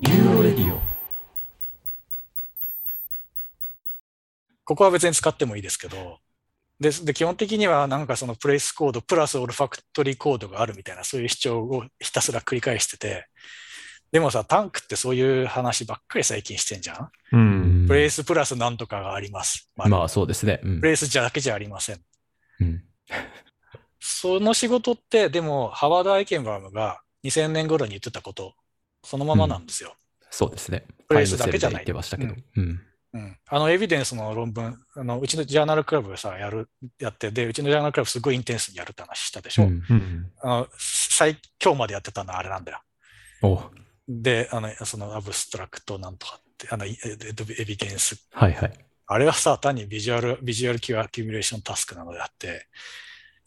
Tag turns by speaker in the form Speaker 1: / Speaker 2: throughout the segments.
Speaker 1: レディオ。
Speaker 2: ここは別に使ってもいいですけど、で、で基本的にはなんかそのプレイスコードプラスオルファクトリーコードがあるみたいな、そういう主張をひたすら繰り返してて、でもさ、タンクってそういう話ばっかり最近してんじゃん、
Speaker 1: うん。
Speaker 2: プレイスプラスなんとかがあります。まあ
Speaker 1: まあそうですね。うん
Speaker 2: プ。レイスじゃだけじゃありません。
Speaker 1: うん
Speaker 2: その仕事って、でも、ハワード・アイケンバームが2000年頃に言ってたこと、そのままなんですよ。
Speaker 1: そうですね。
Speaker 2: プレイスだけじゃ
Speaker 1: タイ
Speaker 2: な
Speaker 1: ム
Speaker 2: い
Speaker 1: セールで言ってましたけど。うん。
Speaker 2: うん、あのエビデンスの論文あの、うちのジャーナルクラブさ、やる、やって、で、うちのジャーナルクラブすごいインテンスにやるって話したでしょ。
Speaker 1: うん
Speaker 3: うん。
Speaker 2: あの最今日までやってたのはあれなんだよ。
Speaker 1: お
Speaker 2: で、あの、そのアブストラクトなんとかって、あの、いえっとエビデンス。
Speaker 1: はいはい。
Speaker 2: あれはさ、単にビジュアル、ビジュアルキュアアキュミュレーションタスクなのであって、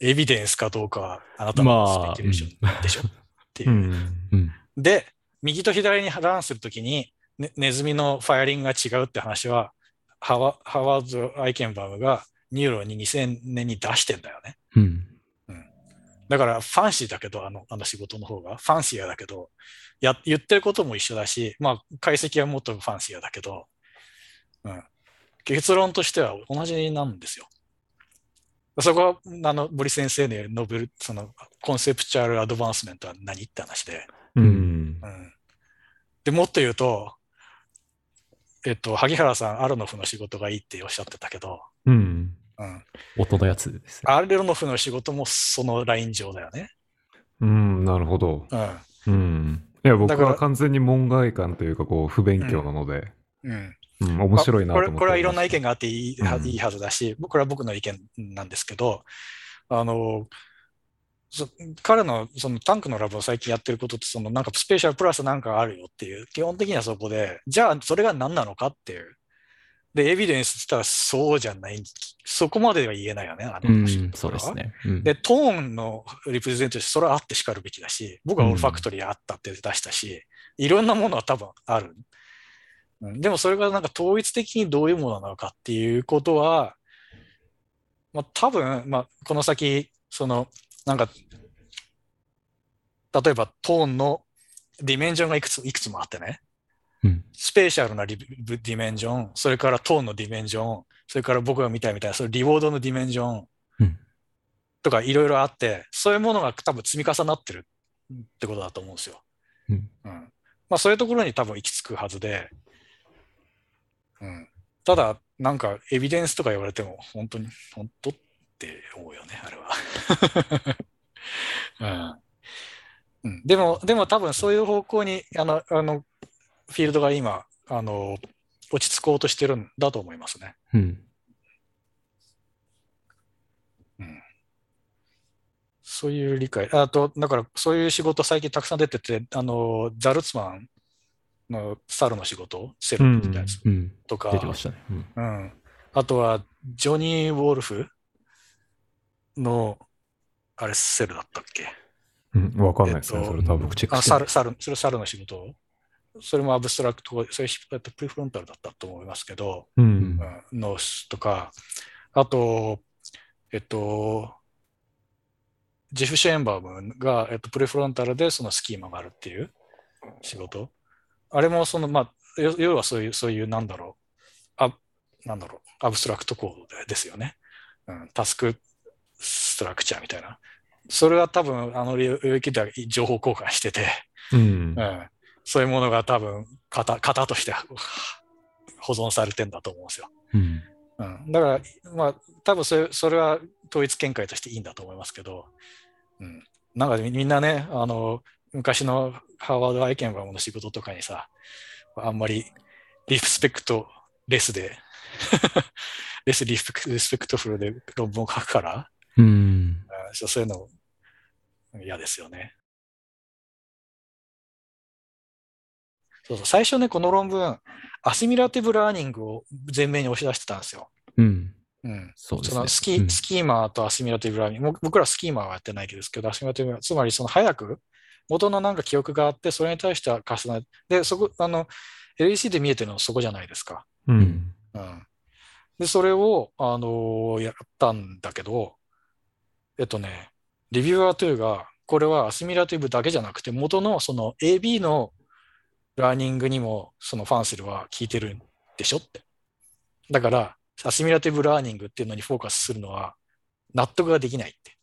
Speaker 2: エビデンスかどうかはあなたのスペキュレーションでしょ、っていうう。
Speaker 3: ん。
Speaker 1: うん。
Speaker 2: で、右と左にランするときに、ねネズミのファイリングが違うって話は、ハワハワード・アイケンバームがニューロンに2000年に出してんだよね。
Speaker 1: うん。
Speaker 2: だからファンシーだけど、あのあの仕事の方が、ファンシーだけどや、言ってることも一緒だし、まあ、解析はもっとファンシーだけど、うん、結論としては同じなんですよ。そこは、あの、森先生のノベル、その、コンセプチュアルアドバンスメントは何って話で、
Speaker 3: うん。
Speaker 2: うんでもっと言うと、えっと、萩原さん、アロノフの仕事がいいっておっしゃってたけど、
Speaker 3: うん。
Speaker 2: うん、
Speaker 1: 音のやつですね。
Speaker 2: アロノフの仕事もそのライン上だよね。
Speaker 3: うん。なるほど。
Speaker 2: うん
Speaker 3: うん。いや、僕
Speaker 2: だから
Speaker 3: は完全に門外観というか、こう、不勉強なので、
Speaker 2: うん、
Speaker 3: うん、面白いなと思っ
Speaker 2: これ
Speaker 3: てました。
Speaker 2: これはいろんな意見があっていい,、
Speaker 3: うん
Speaker 2: いいはずだし、僕らは僕の意見なんですけど、あの、そ彼のそのタンクのラブを最近やってることって、そのなんかスペシャルプラスなんかあるよっていう、基本的にはそこで、じゃあそれが何なのかっていう。で、エビデンスって言ったらそうじゃない、そこまでは言えないよね、あの
Speaker 1: うん
Speaker 2: 仕事は
Speaker 1: そうですね。うん
Speaker 2: で、トーンのリプレゼントとして、それはあってしかるべきだし、僕はオールファクトリーあったって出したし、いろんなものは多分ある。うんでもそれがなんか統一的にどういうものなのかっていうことは、まあ多分、まあこの先、その、なんか、例えばトーンのディメンジョンがいくついくつもあってね、
Speaker 1: うん
Speaker 2: スペーシャルなリブディメンジョン、それからトーンのディメンジョン、それから僕が見たみたいな、そのリウォードのディメンジョン
Speaker 1: うん
Speaker 2: とかいろいろあって、そういうものが多分積み重なってるってことだと思うんですよ。
Speaker 1: うん
Speaker 2: うんまあ、そういうところに多分行き着くはずで、うん、ただ、なんかエビデンスとか言われても、本当に、本当って思うよね、あれは。 うんうん、でも、でも多分そういう方向に、あの、あのフィールドが今、あの、落ち着こうとしてるんだと思いますね。
Speaker 1: うん。
Speaker 2: そういう理解。あと、だから、そういう仕事最近たくさん出てて、あの、ザルツマンの猿の仕事、セルみたいなやつ
Speaker 1: うん。
Speaker 2: とか、
Speaker 1: 出てましたね。うん
Speaker 2: うん。あとは、ジョニー・ウォルフの、あれ、セルだったっけ
Speaker 3: うん、わかんないですね、
Speaker 2: えっと
Speaker 3: それ多分
Speaker 1: 僕。チェック
Speaker 2: あ、
Speaker 1: してない
Speaker 2: 猿、猿、それ猿の仕事それもアブストラクト、それえっとプリフロンタルだったと思いますけど、
Speaker 3: うん。
Speaker 2: うん、のとか、あと、えっと、ジェフ・シェーンバームが、えっと、プレフロンタルでそのスキーマがあるっていう仕事。あれもその、まあ、よ要はそういう、そういう、なんだろう、あなんだろう、アブストラクトコードでですよね。うん、タスクストラクチャーみたいな。それは多分、あの領域では情報交換してて、
Speaker 3: うん
Speaker 2: う。ん、そういうものが多分型、型として保存されてんだと思うんですよ。
Speaker 1: うん。
Speaker 2: うん、だから、まあ、多分それそれは統一見解としていいんだと思いますけど、うん、なんかみみんなね、あの昔のハーワード・アイケンバームの仕事とかにさ、あんまりリスペクトレスで、 レスリスペクリスペクトフルで論文を書くから、
Speaker 1: うん。
Speaker 2: うんそうそういうの嫌ですよね。そうそう最初ね、この論文、アシミラティブ・ラーニングを前面に押し出してたんですよ。
Speaker 1: うん。
Speaker 2: うん、
Speaker 1: そうで
Speaker 2: そ
Speaker 1: すね。
Speaker 2: のスキ
Speaker 1: うん
Speaker 2: スキーマーとアシミラティブラーニング、もう僕らスキーマーはやってないけどですけど、アシミラティブラーニング、つまりその早く、元のなんか記憶があって、それに対しては重ねで、そこ、あの、LEC で見えてるのはそこじゃないですか。
Speaker 3: うん。
Speaker 2: うん。で、それを、あのやったんだけど、えっとね、リビューアー2が、これはアシミラティブだけじゃなくて、元のその AB のラーニングにもそのファンセルは効いてるんでしょって。だから、アシミラティブラーニングっていうのにフォーカスするのは納得ができないって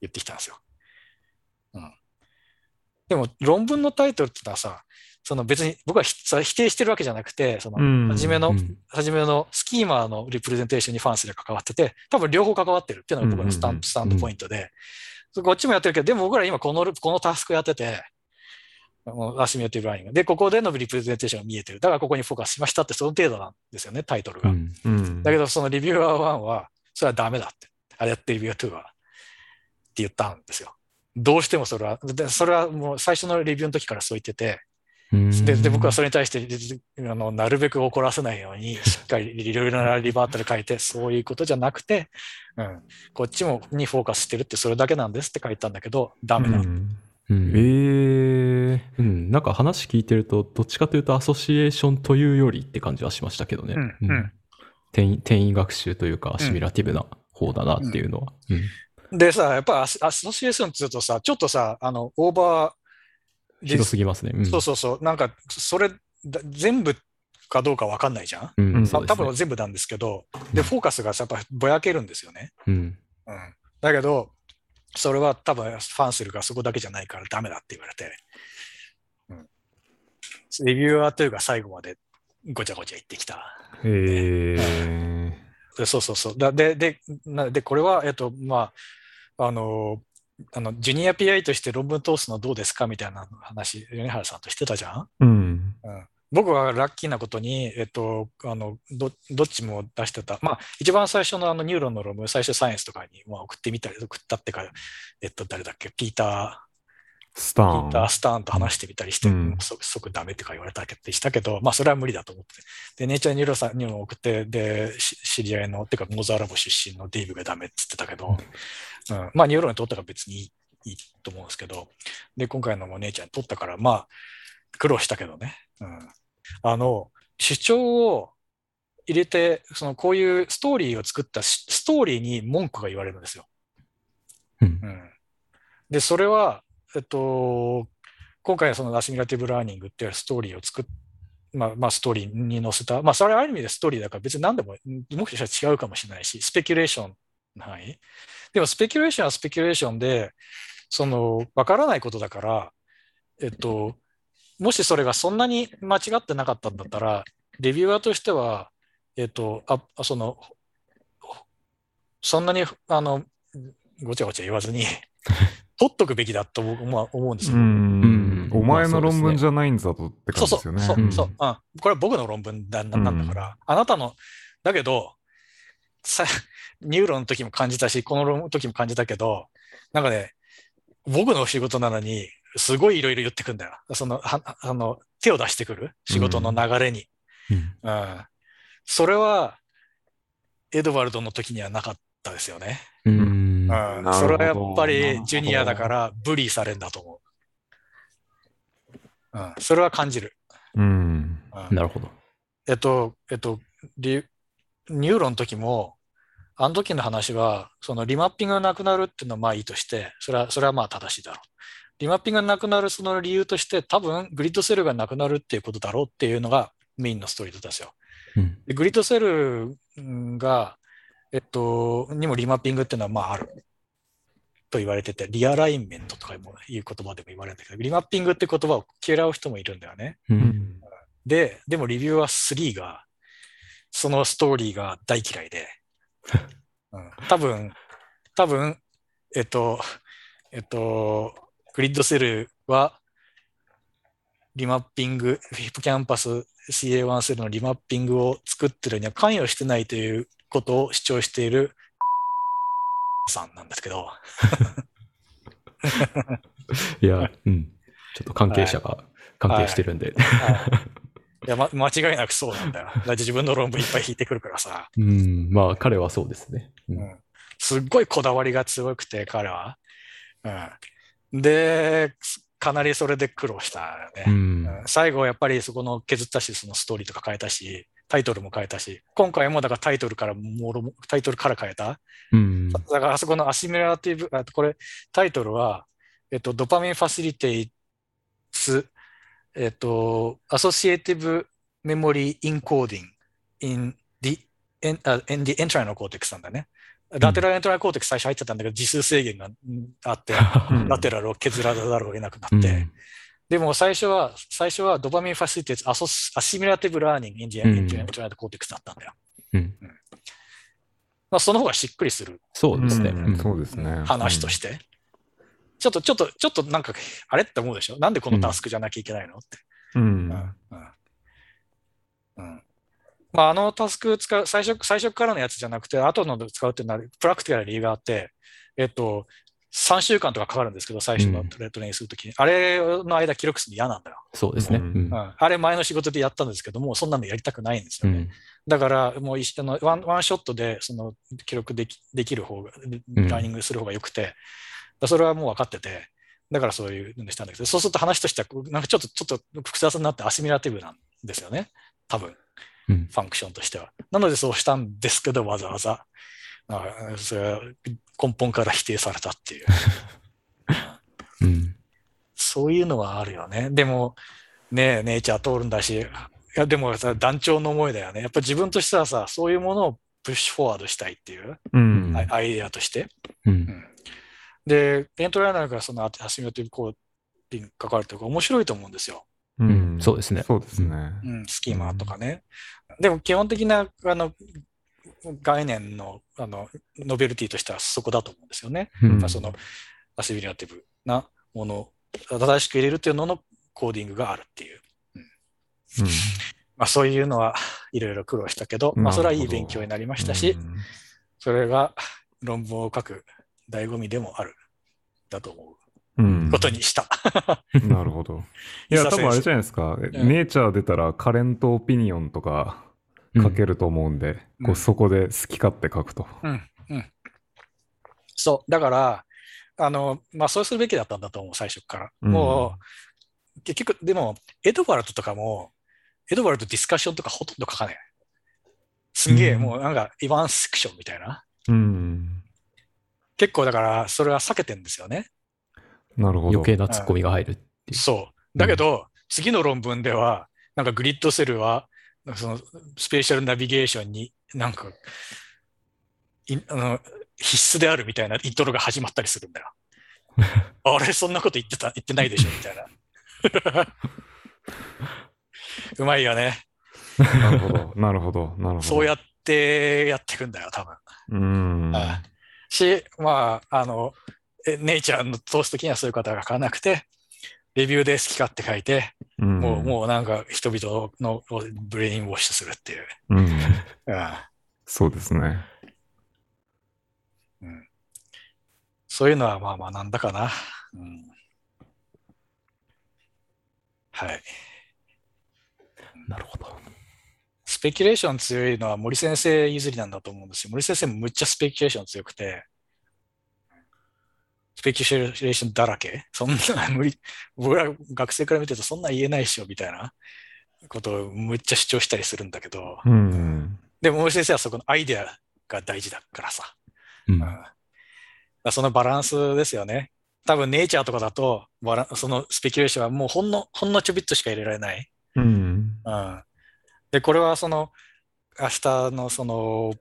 Speaker 2: 言ってきたんですよ。うん。でも論文のタイトルってのはさ、その別に僕はひさ否定してるわけじゃなくて、その
Speaker 3: うん
Speaker 2: 初めの、
Speaker 1: うん
Speaker 2: 初めのスキーマーのリプレゼンテーションにファンスが関わってて、多分両方関わってるっていうのが僕のスタ
Speaker 3: うんうん
Speaker 2: ン
Speaker 3: うん
Speaker 2: スタンドポイントで、こっちもやってるけど、でも僕ら今このループ、このタスクやってて、もうアシミュレーティブラーニング。で、ここでのリプレゼンテーションが見えてる。だからここにフォーカスしましたってその程度なんですよね、タイトル
Speaker 1: う
Speaker 2: が。
Speaker 1: ん
Speaker 3: うん
Speaker 2: だけど、そのリビュアー1は、それはダメだって。あれやってリビュアー2は。って言ったんですよ。どうしてもそれは、でそれはもう最初のレビューの時からそう言ってて、
Speaker 1: うん
Speaker 2: でで僕はそれに対してであのなるべく怒らせないようにしっかりいろいろなリバータル書いてそういうことじゃなくて、うん、こっちもにフォーカスしてるってそれだけなんですって書いたんだけどダメだ、
Speaker 3: うん
Speaker 1: うん
Speaker 3: ええ
Speaker 1: うん、なんか話聞いてると、どっちかというとアソシエーションというよりって感じはしましたけどね。
Speaker 2: うんうん
Speaker 1: 転移転移学習というか、シミュラティブな方だなっていうのは。うん
Speaker 2: でさやっぱアスアソシエーションって言うとさちょっとさあのオーバー
Speaker 1: ひどすぎますね。うん、
Speaker 2: そうそうそうなんかそれだ全部かどうかわかんないじゃん、
Speaker 1: うん。
Speaker 3: うん
Speaker 1: そうで
Speaker 2: 多
Speaker 1: すね
Speaker 2: 分全部なんですけどでフォーカスがさやっぱぼやけるんですよね
Speaker 1: うん
Speaker 2: うんだけど、それは多分ファンするがそこだけじゃないからダメだって言われて、うん、レビューアーというか最後までごちゃごちゃ言ってきた。
Speaker 3: ー、えー、
Speaker 2: でそうそうそう。だで、で、なでこれは、えっと、まあ、あの、あのジュニア PI として論文通すのどうですかみたいな話、米原さんとしてたじゃん
Speaker 3: うん。
Speaker 2: 僕はラッキーなことに、えっと、あのどどっちも出してた、まあ、一番最初のあのニューロンの論文、最初サイエンスとかに、まあ、送ってみたり、送ったってか、えっと、誰だっけ、ピータ
Speaker 3: スタ
Speaker 2: ー、ピ
Speaker 3: ーン。
Speaker 2: ーター・スターンと話してみたりして、
Speaker 3: うん
Speaker 2: 即即ダメとか言われたけどしたけど、まあ、それは無理だと思って、で、ネイチャーニューロンさんにも送って、で、し知り合いの、てか、モザーラボ出身のデイブがダメって言ってたけど、うん、まあ、ニューロンに取ったから別にいいいいと思うんですけど、で、今回のもネイチャーに取ったから、まあ、苦労したけどね。うん、あの、主張を入れて、その、こういうストーリーを作ったしストーリーに文句が言われるんですよ。
Speaker 1: うん
Speaker 2: うんで、それは、えっと、今回のそのアシミラティブラーニングっていうストーリーを作っまあ、まあ、ストーリーに載せた。まあ、それはある意味でストーリーだから別に何でも、んもしかしたら違うかもしれないし、スペキュレーションの範囲。でも、スペキュレーションはスペキュレーションで、その、わからないことだから、えっと、もしそれがそんなに間違ってなかったんだったら、レビューアーとしては、えっと、あ、その、そんなに、あの、ごちゃごちゃ言わずに、取っとくべきだと僕は思うんですよ。
Speaker 3: うん
Speaker 1: ん。
Speaker 3: お前
Speaker 1: まあ
Speaker 3: の
Speaker 1: そうですね
Speaker 3: 論文じゃないんだとって
Speaker 2: そ
Speaker 3: 感
Speaker 2: う
Speaker 3: じ
Speaker 2: そ
Speaker 3: で
Speaker 2: う、
Speaker 3: す
Speaker 2: そ
Speaker 3: よ
Speaker 2: う、
Speaker 3: ね。
Speaker 2: そう、
Speaker 1: ん
Speaker 2: うん。これは僕の論文だななんだから、あなたの、だけど、さ、ニューロンの時も感じたし、この論文の時も感じたけど、なんかね、僕の仕事なのに、すごいいろいろ言ってくんだよ。その、はあの、手を出してくる。仕事の流れに。
Speaker 1: うん
Speaker 2: うん。それは、エドワルドの時にはなかったですよね。
Speaker 1: うん
Speaker 2: うん
Speaker 4: なるほど
Speaker 2: それはやっぱりジュニアだからブリーされんだと思う。うん、それは感じる。
Speaker 3: うん。
Speaker 2: うん
Speaker 1: なるほど。
Speaker 2: えっと、えっと、リニューロンの時も、あの時の話は、そのリマッピングがなくなるっていうのはまあいいとして、それは、それはまあ正しいだろう。リマッピングがなくなるその理由として、多分グリッドセルがなくなるっていうことだろうっていうのがメインのストーリーだったんですよ。
Speaker 1: うん
Speaker 2: でグリッドセルが、えっと、にもリマッピングっていうのはまああると言われてて、リアラインメントとかもいう言葉でも言われるんだけど、リマッピングって言葉を嫌う人もいるんだよね。
Speaker 1: うん
Speaker 2: で、でもリビューは3が、そのストーリーが大嫌いで、うん、多分、多分、えっと、えっと、グリッドセルは、リマッピング、フィップキャンパス CA1 セルのリマッピングを作ってるには関与してないということを主張している さんなんですけど、
Speaker 1: いや、うん。ちょっと関係者が関係してるんで。
Speaker 2: いや、ま、間違いなくそうなんだよ。だって自分の論文いっぱい引いてくるからさ。
Speaker 1: うん。まあ、彼はそうですね。うん
Speaker 2: うんすっごいこだわりが強くて、彼は。うん、で、かなりそれで苦労したよ
Speaker 1: うん
Speaker 2: ね。うん最後、やっぱりそこの削ったし、そのストーリーとか変えたし、タイトルも変えたし、今回もだからタイトルからもろも、タイトルから変えた。
Speaker 1: うん
Speaker 2: だからあそこのアシミュラティブ、あこれ、タイトルは、えっと、ドパミンファシリテイツ、えっと、Associative Memory Encoding in the, en- あ in the Entral Cortex なんだね。ラテラルエントラルコーテックス最初入っちゃったんだけど、時数制限がうんあって、
Speaker 3: うん
Speaker 2: ラテラルを削らざるを得なくなって、でも最初は、最初はドパミンファシリティアソスアシミュラティブラーニングインジェ
Speaker 1: うん
Speaker 2: ンエンジニアトライドコーテックスだったんだよ。
Speaker 1: うん
Speaker 2: まあ、その方がしっくりする、
Speaker 1: そうですね。
Speaker 3: うん
Speaker 1: うん
Speaker 3: そうですね。
Speaker 2: 話として。ちょっと、ちょっと、ちょっとなんか、あれって思うでしょなんでこのタスクじゃなきゃいけないのって。
Speaker 3: て。う。
Speaker 2: うんんうんうんまあ、あのタスク使う最初、最初からのやつじゃなくて、後ので使うっていうのは、プラクティカルな理由があって、えっと、3週間とかかかるんですけど、最初の
Speaker 1: うん
Speaker 2: レッドレインするときに、あれの間記録するの嫌なんだよ、
Speaker 1: そうですね。
Speaker 3: う
Speaker 1: うんん
Speaker 2: うん。あれ前の仕事でやったんですけども、そんなのやりたくないんで
Speaker 1: う
Speaker 2: すよね。
Speaker 1: ん
Speaker 2: だから、もう一緒のワンワンショットでその記録できできる方が、
Speaker 1: ん
Speaker 2: ラーニングする方が良くて、だからそれはもう分かってて、だからそういうのにしたんだけど、そうすると話としては、なんかちょっと、ちょっと複雑になってアシミュラティブなんですよね。多分、
Speaker 1: うん
Speaker 2: ファンクションとしては。なのでそうしたんですけど、わざわざ。あそれは根本から否定されたっていう。
Speaker 1: うん
Speaker 2: そういうのはあるよね。でも、ねえ、ネイチャー通るんだし、いやでもさ、団長の思いだよね。やっぱ自分としてはさ、そういうものをプッシュフォワードしたいっていう、
Speaker 3: うん。
Speaker 2: アイアイデアとして。
Speaker 1: うん
Speaker 2: で、エントラーナーがそのアシミュラティブコーディング書かれてるから面白いと思うんですよ。
Speaker 3: うん。
Speaker 1: そうですね
Speaker 3: そうですね。
Speaker 2: うん、スキーマとかね。でも基本的なあの概念のあのノベルティとしてはそこだと思うんですよね。
Speaker 1: うん
Speaker 2: まあそのアシミュラティブなもの、正しく入れるっていうののコーディングがあるっていう。まあ、そういうのはいろいろ苦労したけど、まあ、それはいい勉強になりましたし、
Speaker 3: うん
Speaker 2: それが論文を書く醍醐味でもあるだと思
Speaker 3: うん
Speaker 2: うことにした。
Speaker 3: なるほど。
Speaker 2: 伊
Speaker 3: いや、
Speaker 2: 佐先生
Speaker 3: 多分あれじゃないですか。
Speaker 2: うん
Speaker 3: ネイチャー出たら、カレントオピニオンとか書けると思うんで、
Speaker 2: うん
Speaker 3: こうそこで好き勝手書くと。
Speaker 2: そう、だから、あの、まあ、そうするべきだったんだと思う、最初から。
Speaker 3: うん
Speaker 2: もう、結局、でも、エドワルドとかも、エドワルドディスカッションとかほとんど書かない。すんげえ、
Speaker 3: うん
Speaker 2: もうなんか、イヴァンセクションみたいな。
Speaker 3: うん。
Speaker 2: 結構だから、それは避けてんですよね。
Speaker 3: なるほど。
Speaker 1: 余計なツッコミが入るっていう。
Speaker 2: そう。だけど、次の論文では、なんかグリッドセルは、そのスペーシャルナビゲーションになんか、いあの必須であるみたいなイントロが始まったりするんだよ。あれ、そんなこと言ってた、言ってないでしょみたいな。うまいよね。
Speaker 3: なるほど。なるほど。なるほど。
Speaker 2: そうやってやっていくんだよ、多分。
Speaker 3: うん。
Speaker 2: あし、まあ、あの、えネイチャーの通すときにはそういう方が書かなくて、レビューで好き勝手書いて、
Speaker 3: うん
Speaker 2: もう、もうなんか人々のをブレインウォッシュするっていう。
Speaker 3: うん。
Speaker 2: うん
Speaker 3: そうですね。
Speaker 2: そういうのはまあ学んだかな。うんはい。
Speaker 1: なるほど。
Speaker 2: スペキュレーション強いのは森先生譲りなんだと思うんですよ。森先生むっちゃスペキュレーション強くて、スペキュレーションだらけそんな無理、僕ら学生から見てるとそんな言えないっしょみたいなことをむっちゃ主張したりするんだけど、
Speaker 3: うん。
Speaker 2: でも森先生はそこのアイデアが大事だからさ。
Speaker 1: うん
Speaker 2: うんそのバランスですよね。多分ネイチャーとかだとバラン、そのスペキュレーションはもうほんの、ほんのちょびっとしか入れられない。
Speaker 3: うん。
Speaker 2: うん、で、これはその、明日のその、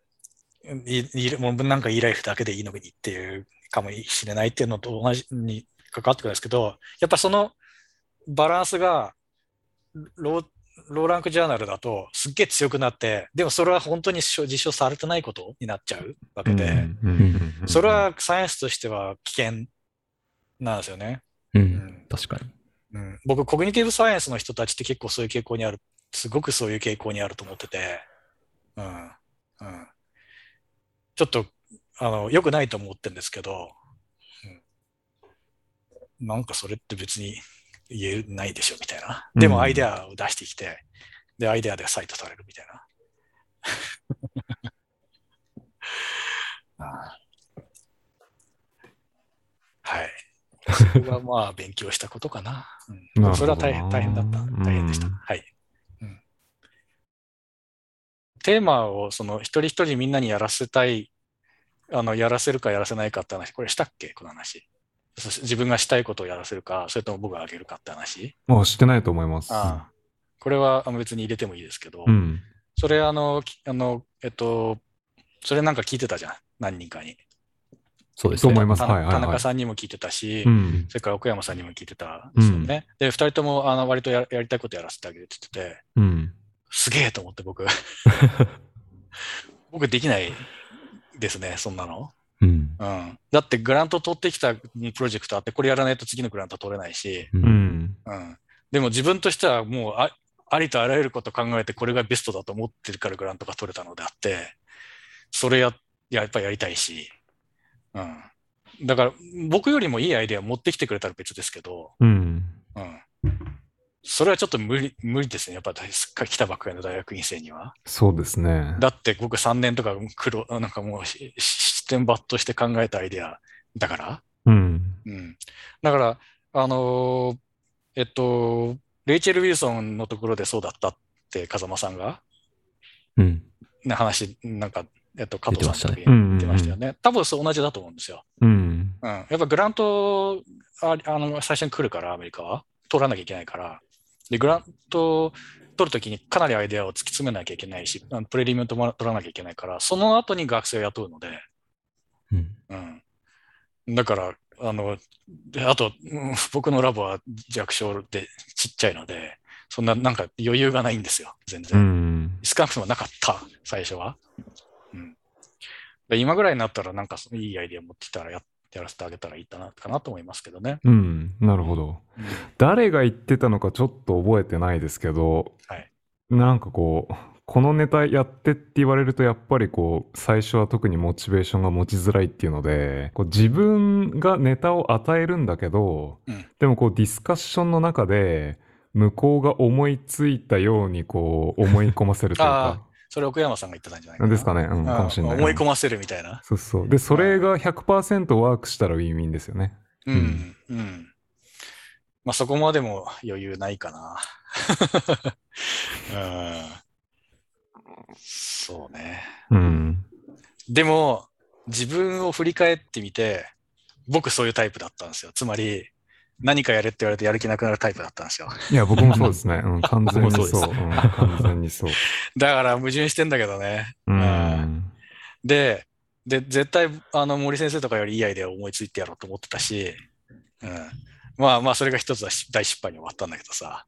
Speaker 2: いい論文なんかいいライフだけでいいのにっていうかもしれないっていうのと同じに関わってくるんですけど、やっぱそのバランスがロー、ローランクジャーナルだとすっげえ強くなって、でもそれは本当に実証実証されてないことになっちゃうわけで、
Speaker 3: うん
Speaker 2: それ、はサイエンスとしては危険なんですよね。
Speaker 1: う。
Speaker 2: うんん
Speaker 1: 確かに。
Speaker 2: うん、僕、コグニティブサイエンスの人たちって結構そういう傾向にある、すごくそういう傾向にあると思ってて、うんうん、ちょっとあの良くないと思ってるんですけど、うん、なんかそれって別に言えないでしょみたいな。で
Speaker 3: うん
Speaker 2: もアイデアを出してきて、で、アイデアで採トされるみたいな。あー はい。そこがまあ勉強したことかな。うん
Speaker 3: なるほどな
Speaker 2: それは大変大変だった。大変でした。
Speaker 3: うん
Speaker 2: はい。うんテーマをその一人一人みんなにやらせたい、あのやらせるかやらせないかって話、これしたっけこの話。そし自分がしたいことをやらせるか、それとも僕があげるかって話。
Speaker 3: もうしてないと思います。
Speaker 2: ああこれはあの別に入れてもいいですけど、
Speaker 3: うん。
Speaker 2: それあの、きあの、えっと、それなんか聞いてたじゃん、何人かに。
Speaker 1: そうです
Speaker 3: と思い
Speaker 1: ね。
Speaker 3: ます。
Speaker 2: 田
Speaker 3: はいはい、はい。
Speaker 2: 田中さんにも聞いてたし、
Speaker 3: うん。
Speaker 2: それから奥山さんにも聞いてたんですよね。で、二人ともあの割とややりたいことやらせてあげるって言ってて、
Speaker 3: うん。
Speaker 2: すげえと思って僕。僕できないですね、そんなの。
Speaker 1: うん。
Speaker 2: うん。だってグラント取ってきたプロジェクトあって、これやらないと次のグラント取れないし、
Speaker 1: う。
Speaker 3: うんん。
Speaker 2: うん。でも自分としてはもうあありとあらゆること考えてこれがベストだと思ってるからグラントが取れたのであって、それや、ややっぱやりたいし、うん。だから僕よりもいいアイデア持ってきてくれたら別ですけど、
Speaker 3: うん。
Speaker 2: うん。それはちょっと無理、無理ですね。やっぱ大す来たばっかりの大学院生には。
Speaker 3: そうですね。
Speaker 2: だって僕3年とか苦労、なんかもうしし視点抜刀して考えたアイデアだから。
Speaker 3: うん。
Speaker 2: うん。だから、あのーえっと、レイチェル・ウィルソンのところでそうだったって風間さんが、
Speaker 1: うん。
Speaker 2: ね、話、なんか、えっと、加
Speaker 1: 言っ
Speaker 2: 藤
Speaker 1: て
Speaker 2: さ
Speaker 1: ま
Speaker 2: ん
Speaker 1: した
Speaker 2: の
Speaker 1: ね
Speaker 2: 時に言
Speaker 3: うん。
Speaker 2: ってましたよね。多分そう同じだと思うんですよ。
Speaker 3: うん。
Speaker 2: うん、やっぱグラントああの最初に来るから、アメリカは。取らなきゃいけないから。で、グラント取るときにかなりアイデアを突き詰めなきゃいけないし、あのプレリミントも取らなきゃいけないから、その後に学生を雇うので、
Speaker 1: うん。
Speaker 2: うん。だから、あの、であと、うん僕のラボは弱小でちっちゃいので、そんななんか余裕がないんですよ、全
Speaker 3: う
Speaker 2: 然。
Speaker 3: ん。
Speaker 2: 少なくともなかった、最初は。うん、で今ぐらいになったら、なんかそのいいアイディア持ってきたらややらせてあげたらいいかなかなと思いますけどね。
Speaker 3: うん。なるほど。誰が言ってたのかちょっと覚えてないですけど、
Speaker 2: はい
Speaker 3: なんかこうこのネタやってって言われるとやっぱりこう最初は特にモチベーションが持ちづらいっていうのでこう自分がネタを与えるんだけど、
Speaker 2: うん
Speaker 3: でもこうディスカッションの中で向こうが思いついたようにこう思い込ませる という
Speaker 2: あ
Speaker 3: か
Speaker 2: それ奥山さんが言ってたんじゃないか
Speaker 3: なん
Speaker 2: な。
Speaker 3: ですかね、うん、
Speaker 2: うん
Speaker 3: かもしれない
Speaker 2: 思い込ませるみたいな。
Speaker 3: そうそうでそれが100%ワークしたらウィンウィンですよね
Speaker 2: うん。うん。まあそこまでも余裕ないかな。 うん。そうね。
Speaker 3: うん
Speaker 2: でも、自分を振り返ってみて、僕そういうタイプだったんですよ。つまり、何かやれって言われてやる気なくなるタイプだったんですよ。
Speaker 3: いや僕もそうです ね、うん、完全に
Speaker 1: 僕
Speaker 3: そ
Speaker 1: もそう
Speaker 3: う
Speaker 1: で
Speaker 3: うん、完全にそう
Speaker 2: だから矛盾してんだけどね。
Speaker 3: うん
Speaker 2: で、で、絶対、あの、森先生とかよりいいアイデアを思いついてやろうと思ってたし、うん。まあまあ、それが一つはし大失敗に終わったんだけどさ、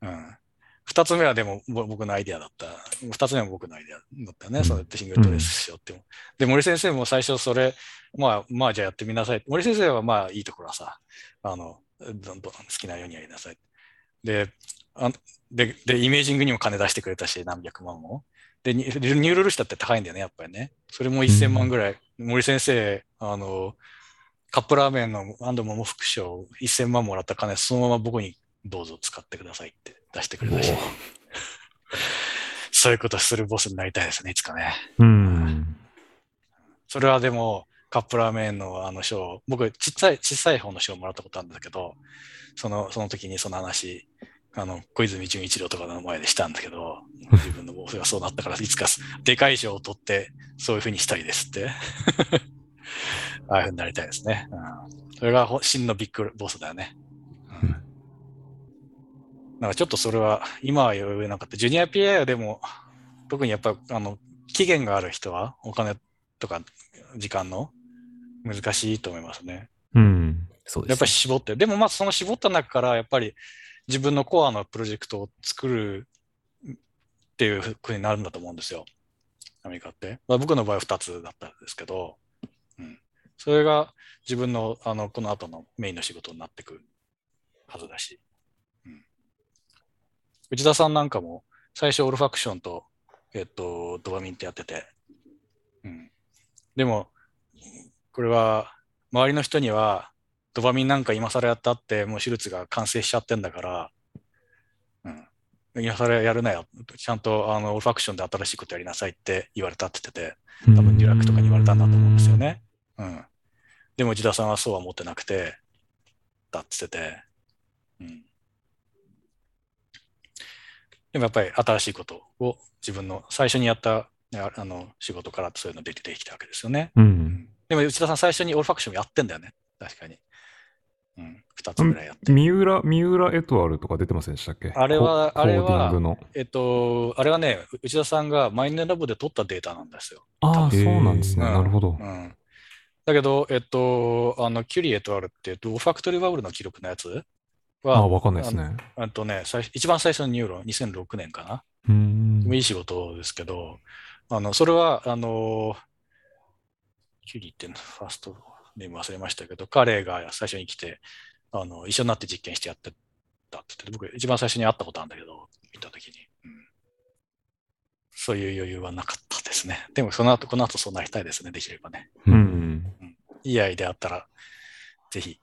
Speaker 2: うん。二つ目はでもぼ僕のアイデアだった。二つ目は僕のアイデアだったよね。
Speaker 1: うん
Speaker 2: そうやってシングルトレースしようっても。で、森先生も最初それ、まあまあじゃあやってみなさい。森先生はまあいいところはさ、あの、どんどん好きなようにやりなさい。で、あで、で、イメージングにも金出してくれたし、何百万も。で、ニュニューロルシタって高いんだよね、やっぱりね。それも1000万ぐらい。森先生、あの、カップラーメンの安藤桃副賞1000万もらった金、そのまま僕にどうぞ使ってくださいって出してくれたし。 そういうことするボスになりたいですね、いつかね。
Speaker 3: うん
Speaker 2: それはでも、カップラーメンのあの賞、僕、ちっちゃい、小さい方の賞もらったことあるんだけど、その、その時にその話、あの、小泉純一郎とかの前でしたんだけど、自分のボスがそうなったから、いつかす、でかい賞を取って、そういうふうにしたいですって。 ああいうふうになりたいですね。うん、それがほ真のビッグボスだよね。う
Speaker 1: うん
Speaker 2: ん。なんかちょっとそれは、今は余裕なかった。ジュニア PI はでも、特にやっぱ、あの、期限がある人は、お金とか時間の難しいと思いますね。
Speaker 3: うん
Speaker 1: そうで
Speaker 2: やっ
Speaker 1: す
Speaker 2: ぱ
Speaker 1: ね
Speaker 2: り。絞って、でもまあその絞った中からやっぱり自分のコアのプロジェクトを作るっていうふうになるんだと思うんですよ。アメリカって。まあ、僕の場合は2つだったんですけど、うん、それが自分のあのこの後のメインの仕事になってくるはずだし。うん、内田さんなんかも最初オルファクションと、えっと、ドバミンってやってて、うん、でもこれは周りの人にはドバミンなんか今更やったって、もう手術が完成しちゃってんだから、うん。今更やるなよ。ちゃんと、あの、オルファクションで新しいことやりなさいって言われたって言ってて、多分デュラックとかに言われたんだと思うんですよね。うん。でも、内田さんはそうは思ってなくて、だって言ってて、うん。でもやっぱり新しいことを自分の最初にやった、ねああの、仕事からそういうの出てきたわけですよね。
Speaker 3: うん
Speaker 2: でも内田さん最初にオルファクションやってんだよね。確かに。うん、2つぐらいやって。
Speaker 3: 三浦、三浦エトワルとか出てませんでしたっけ
Speaker 2: あれは
Speaker 3: コ
Speaker 2: あれは
Speaker 3: コーディングの。
Speaker 2: えっと、あれはね、内田さんがマイネラボで取ったデータなんですよ。
Speaker 3: ああ、
Speaker 1: へー
Speaker 3: そうなんですね。
Speaker 2: うん
Speaker 3: なるほど
Speaker 2: う。ん。だけど、えっと、あの、キュリエとあるって、ドファクトリーバブルの記録のやつ
Speaker 3: ああ、
Speaker 2: は、
Speaker 3: わかんないですね。
Speaker 2: えっとね、最一番最初のニューロン、2006年かな。
Speaker 3: うーん。
Speaker 2: いい仕事ですけど、あの、それは、あの、キュリーってファーストネーム忘れましたけど、彼が最初に来て、あの、一緒になって実験してやってたって言って、僕一番最初に会ったことあるんだけど、見たときに、うんそういう余裕はなかったですね。でも、その後、この後そうなりたいですね、できればね。
Speaker 3: うん。
Speaker 2: いいアイデアあったら、ぜひ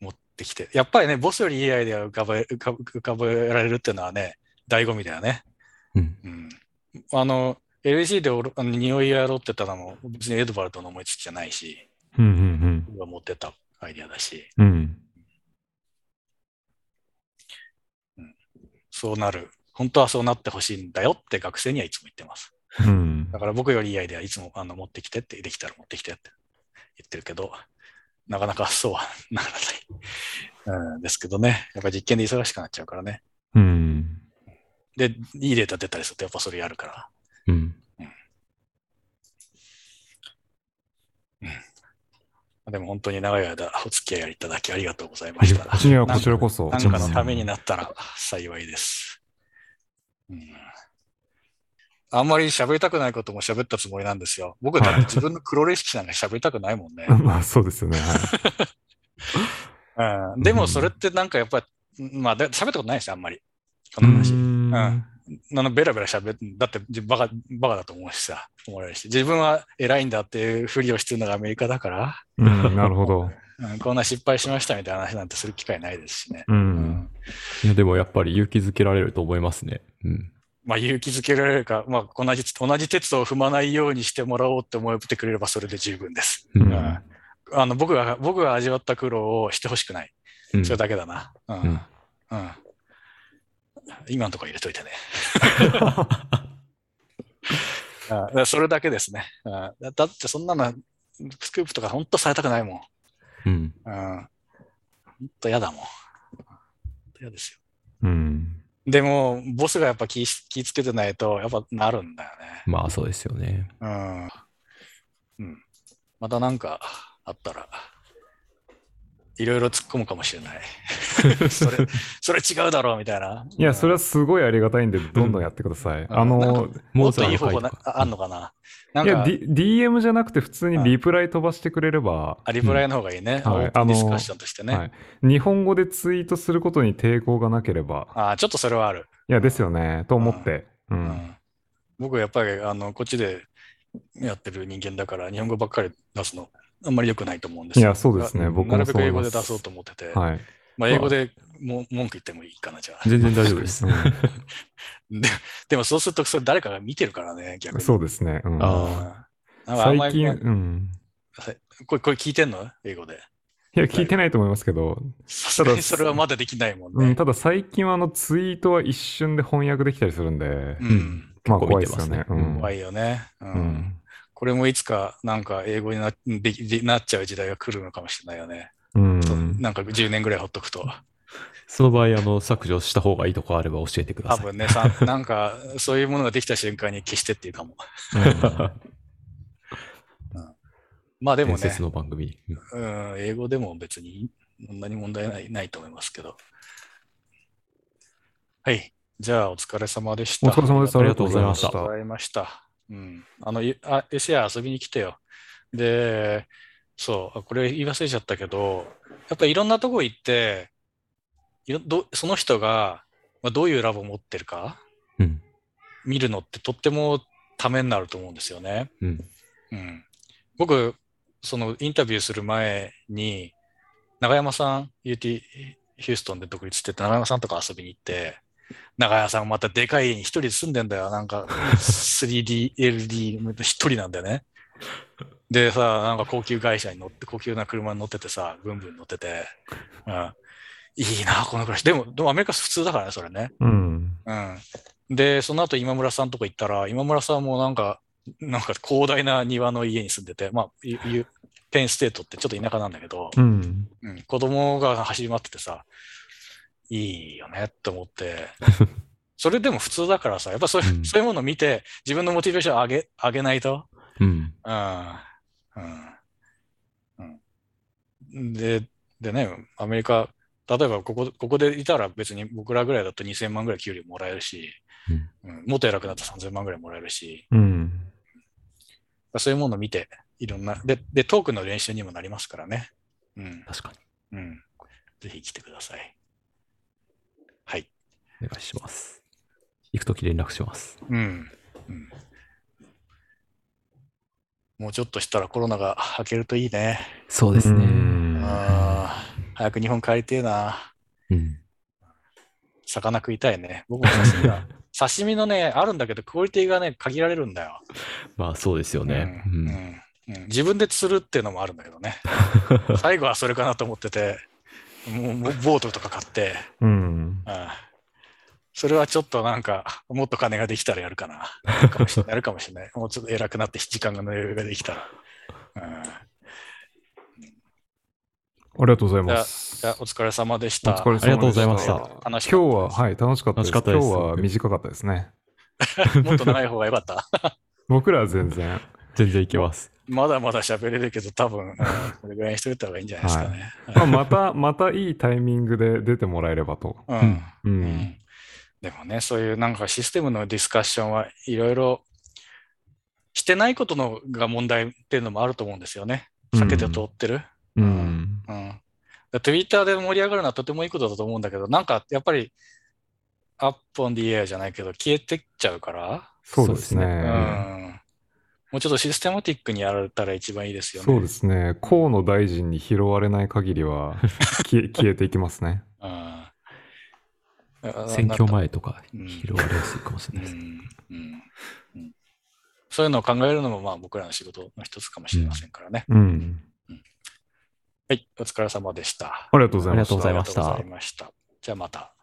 Speaker 2: 持ってきて。やっぱりね、ボスよりいいアイデアを浮かべ浮か浮かべられるっていうのはね、醍醐味だよね。
Speaker 1: うん。
Speaker 2: うんあの、LEC でおろあの匂いやろうって言ったのも、別にエドバルドの思いつきじゃないし、
Speaker 3: うん。うん。
Speaker 2: 僕が持ってたアイデアだし、
Speaker 3: うん。うん。
Speaker 2: そうなる。本当はそうなってほしいんだよって学生にはいつも言ってます。
Speaker 3: うん
Speaker 2: だから僕よりいいアイデアいつもあの持ってきてって、できたら持ってきてって言ってるけど、なかなかそうはならない。うん、ですけどね。やっぱ実験で忙しくなっちゃうからね。
Speaker 3: うん。
Speaker 2: で、いいデータ出たりするとやっぱそれやるから。
Speaker 1: うん。
Speaker 2: でも本当に長い間お付き合いいただきありがとうございま
Speaker 3: い
Speaker 2: した。
Speaker 3: やいや、こちらこそ。
Speaker 2: なん
Speaker 3: ちょ
Speaker 2: か
Speaker 3: っと
Speaker 2: のためになったら幸いです。うん、あんまり喋りたくないことも喋ったつもりなんですよ。僕だって自分の黒歴史なんか喋りたくないもんね。
Speaker 3: まあ、そうですよね。はい
Speaker 2: うん、でもそれってなんかやっぱり、まあで喋ったことないですよ、あんまり。こ
Speaker 3: う
Speaker 2: の話。
Speaker 3: ん
Speaker 2: うんあのベラベラ喋って、だってじバカバカだと思うしさ、思われるし、自分は偉いんだっていうふりをしてるのがアメリカだから、
Speaker 3: うんなるほど。
Speaker 2: うん、こんな失敗しましたみたいな話なんてする機会ないですしね。
Speaker 3: う
Speaker 2: うんん。
Speaker 1: いや、でもやっぱり勇気づけられると思いますね。うん。
Speaker 2: まあ、勇気づけられるか、まあ、同じ、同じ鉄を踏まないようにしてもらおうって思ってくれればそれで十分です。
Speaker 1: う
Speaker 2: うん。あの、僕が、僕が味わった苦労をしてほしくない。
Speaker 1: うん
Speaker 2: それだけだな。うん。う
Speaker 1: うん
Speaker 2: ん。今のところ入れといてね。うんだからそれだけですね。うんだだってそんなの、スクープとか本当されたくないもん。うん。
Speaker 1: うん。
Speaker 2: 本当嫌だもん。嫌ですよ。
Speaker 3: うん。
Speaker 2: でも、ボスがやっぱ気し、気つけてないと、やっぱなるんだよね。
Speaker 1: まあそうですよね。
Speaker 2: うん。うん。またなんかあったら、いろいろ突っ込むかもしれない。 それ、それ違うだろうみたいな。
Speaker 3: いや、それはすごいありがたいんで、どんどんやってください。
Speaker 2: うんな
Speaker 3: あの、
Speaker 2: もっとい
Speaker 1: モー
Speaker 2: い方
Speaker 1: ツァルト
Speaker 2: 法な
Speaker 1: の回とか
Speaker 2: ああんのかな。なん
Speaker 3: いや、
Speaker 2: か、
Speaker 3: D、DM じゃなくて普通にリプライ飛ばしてくれれば、
Speaker 2: あリプライの方がいいね。
Speaker 3: うんはい
Speaker 2: オープンディスカッションとしてね。
Speaker 3: はい、日本語でツイートすることに抵抗がなければ、
Speaker 2: あちょっとそれはある。
Speaker 3: いや、ですよね、と思って。
Speaker 2: う
Speaker 3: う
Speaker 2: ん
Speaker 3: ん。
Speaker 2: 僕はやっぱり、あの、こっちでやってる人間だから、日本語ばっかり出すの、あんまり良くないと思うんです
Speaker 3: い
Speaker 2: よ
Speaker 3: や、そうですね、
Speaker 1: うん
Speaker 3: 僕
Speaker 2: な
Speaker 3: も
Speaker 2: る
Speaker 3: そ
Speaker 2: べく英
Speaker 3: う思いま。
Speaker 2: 語です出そうと思ってて、
Speaker 3: はい。
Speaker 2: まあ、英語でも文句言ってもいいかな、じゃあ。
Speaker 1: 全然大丈夫です。
Speaker 2: ででもそうすると、それ誰かが見てるからね、逆に。
Speaker 3: そうですね。うん、
Speaker 1: あ
Speaker 2: うんなんかあんま
Speaker 3: 最
Speaker 2: り
Speaker 3: 近、うん。
Speaker 2: これ、これ聞いてんの英語で。
Speaker 3: いや、聞いてないと思いますけど、
Speaker 2: さすがにそれはまだできないもん
Speaker 3: うん、
Speaker 2: ね。
Speaker 3: ただ最近はあのツイートは一瞬で翻訳できたりするんで、
Speaker 2: うん。
Speaker 3: まあ
Speaker 1: 結構
Speaker 3: 怖
Speaker 1: 見
Speaker 3: い
Speaker 1: て
Speaker 3: です
Speaker 1: ま
Speaker 3: よ
Speaker 1: す
Speaker 3: ね
Speaker 1: ね。
Speaker 3: うん
Speaker 2: 怖いよね。うん
Speaker 3: うん
Speaker 2: これもいつかなんか英語になできでなっちゃう時代が来るのかもしれないよね。
Speaker 3: うん
Speaker 2: そうなんか10年ぐらいほっとくと。
Speaker 1: その場合、あの、削除した方がいいとこあれば教えてくだ
Speaker 2: 多
Speaker 1: さい。
Speaker 2: 分ね、さなんかそういうものができた瞬間に消してっていうかも。まあでも
Speaker 1: 伝
Speaker 2: ね
Speaker 1: 説、の番組に。うん
Speaker 2: うん、英語でも別にそんなに問題ないないと思いますけど。はい。じゃあ、お疲れ様でした。
Speaker 3: お疲れ様です。
Speaker 1: ありがとうございまし
Speaker 2: あ
Speaker 1: た
Speaker 2: りがとうございました。うん。あの、いあ、エシア遊びに来てよ。で、そう、あこれ言い忘れちゃったけど、やっぱりいろんなとこ行って、いろどその人がまあどういうラボを持ってるか
Speaker 1: うん。
Speaker 2: 見るのってとってもためになると思うんですよね。
Speaker 1: うん。
Speaker 2: うん。僕、そのインタビューする前に、長山さん、UT ヒューストンで独立してて、長山さんとか遊びに行って、長山さんまたでかい家に一人で住んでんだよ。なんか 3DLD、一人なんだよね。でさ、なんか高級会社に乗って、高級な車に乗っててさ、ブンブン乗ってて、うん、いいな、この暮らし。でも、でもアメリカ普通だからね、それね。
Speaker 3: うん。
Speaker 2: うん。で、その後今村さんとか行ったら、今村さんもなんか、なんか広大な庭の家に住んでて、まあ、ゆゆペンステートってちょっと田舎なんだけど、
Speaker 3: うん。
Speaker 2: うん、子供が走り回っててさ、いいよねって思って、それでも普通だからさ、やっぱそう,、
Speaker 1: うん
Speaker 2: そういうものを見て、自分のモチベーションを上げ上げないと、
Speaker 1: うん。
Speaker 2: うんうんうん、で、でね、アメリカ、例えばここここでいたら別に僕らぐらいだと2000万ぐらい給料もらえるし、うんもっと偉くなったら3000万ぐらいもらえるし、
Speaker 3: うん。
Speaker 2: そういうものを見て、いろんな、で、でトークの練習にもなりますからね。うん、
Speaker 1: 確かに。
Speaker 2: うん。ぜひ来てください。はい。
Speaker 1: お願いします。行くとき連絡します。
Speaker 2: うん。うん、もうちょっとしたらコロナが明けるといいね。
Speaker 1: そう
Speaker 3: で
Speaker 1: ですね。
Speaker 2: あー早く日本帰りてえな。
Speaker 1: うん。
Speaker 2: 魚食いたいね。僕も刺 身が。刺身のね、あるんだけど、クオリティがね、限られるんだよ。
Speaker 1: まあそうですよね。
Speaker 2: う
Speaker 1: うんん。
Speaker 2: うんうん自分で釣るっていうのもあるんだ けどね。最後はそれかなと思ってて、もうもうボートとか買って、
Speaker 3: うん。
Speaker 2: うんそれはちょっとなんか、もっと金ができたらやるかな。やるかもしれない。やるかもしれないも うちょっと偉くなって時間がの余裕ができたら。うん、
Speaker 3: ありがとうございます。
Speaker 2: じゃあ、お疲れ様でし
Speaker 3: お
Speaker 2: た。
Speaker 3: 疲れ様で
Speaker 1: ありがとうございました
Speaker 3: 楽しか
Speaker 2: 楽し
Speaker 3: ったです
Speaker 2: かった
Speaker 3: 今日は、はい、楽しかったで
Speaker 1: 楽し
Speaker 3: す。
Speaker 1: かったです
Speaker 3: 今日は短かったですね。
Speaker 2: もっと長い方が良かった。
Speaker 3: 僕らは全然。
Speaker 1: 全然行けます。
Speaker 2: まだまだ喋れるけど、多分、うんこれぐらいにしといた方がいいんじゃないですかね。
Speaker 3: まあ、また、またいいタイミングで出てもらえればと。
Speaker 2: うん
Speaker 1: うん
Speaker 3: う
Speaker 2: うん
Speaker 3: ん。
Speaker 2: でもね、そういうなんかシステムのディスカッションはいろいろしてないことのが問題っていうのもあると思うんですよね。避けて通ってる。
Speaker 3: うん。
Speaker 2: うん。ツイッターで盛り上がるのはとてもいいことだと思うんだけど、なんかやっぱり、アップオンディエアじゃないけど、消えてっちゃうから、
Speaker 3: そうですね。
Speaker 2: う
Speaker 1: うん
Speaker 2: ん。もうちょっとシステマティックにやられたら一番いいですよね。
Speaker 3: そうですね。河野大臣に拾われない限りは消え、消えていきますね。
Speaker 2: うん。
Speaker 1: 選挙前とか
Speaker 2: うん
Speaker 1: 拾われやすいかもしれないです。
Speaker 2: うんうんそういうのを考えるのも、まあ、僕らの仕事の一つかもしれませんからね。
Speaker 3: うん。
Speaker 2: はい、お疲れ様でした。
Speaker 3: ありがとうござ
Speaker 1: あ
Speaker 3: い
Speaker 1: り
Speaker 3: ま
Speaker 1: が
Speaker 3: した
Speaker 1: とうご。ざいました
Speaker 2: ありがとうござい。ました。じゃあまた。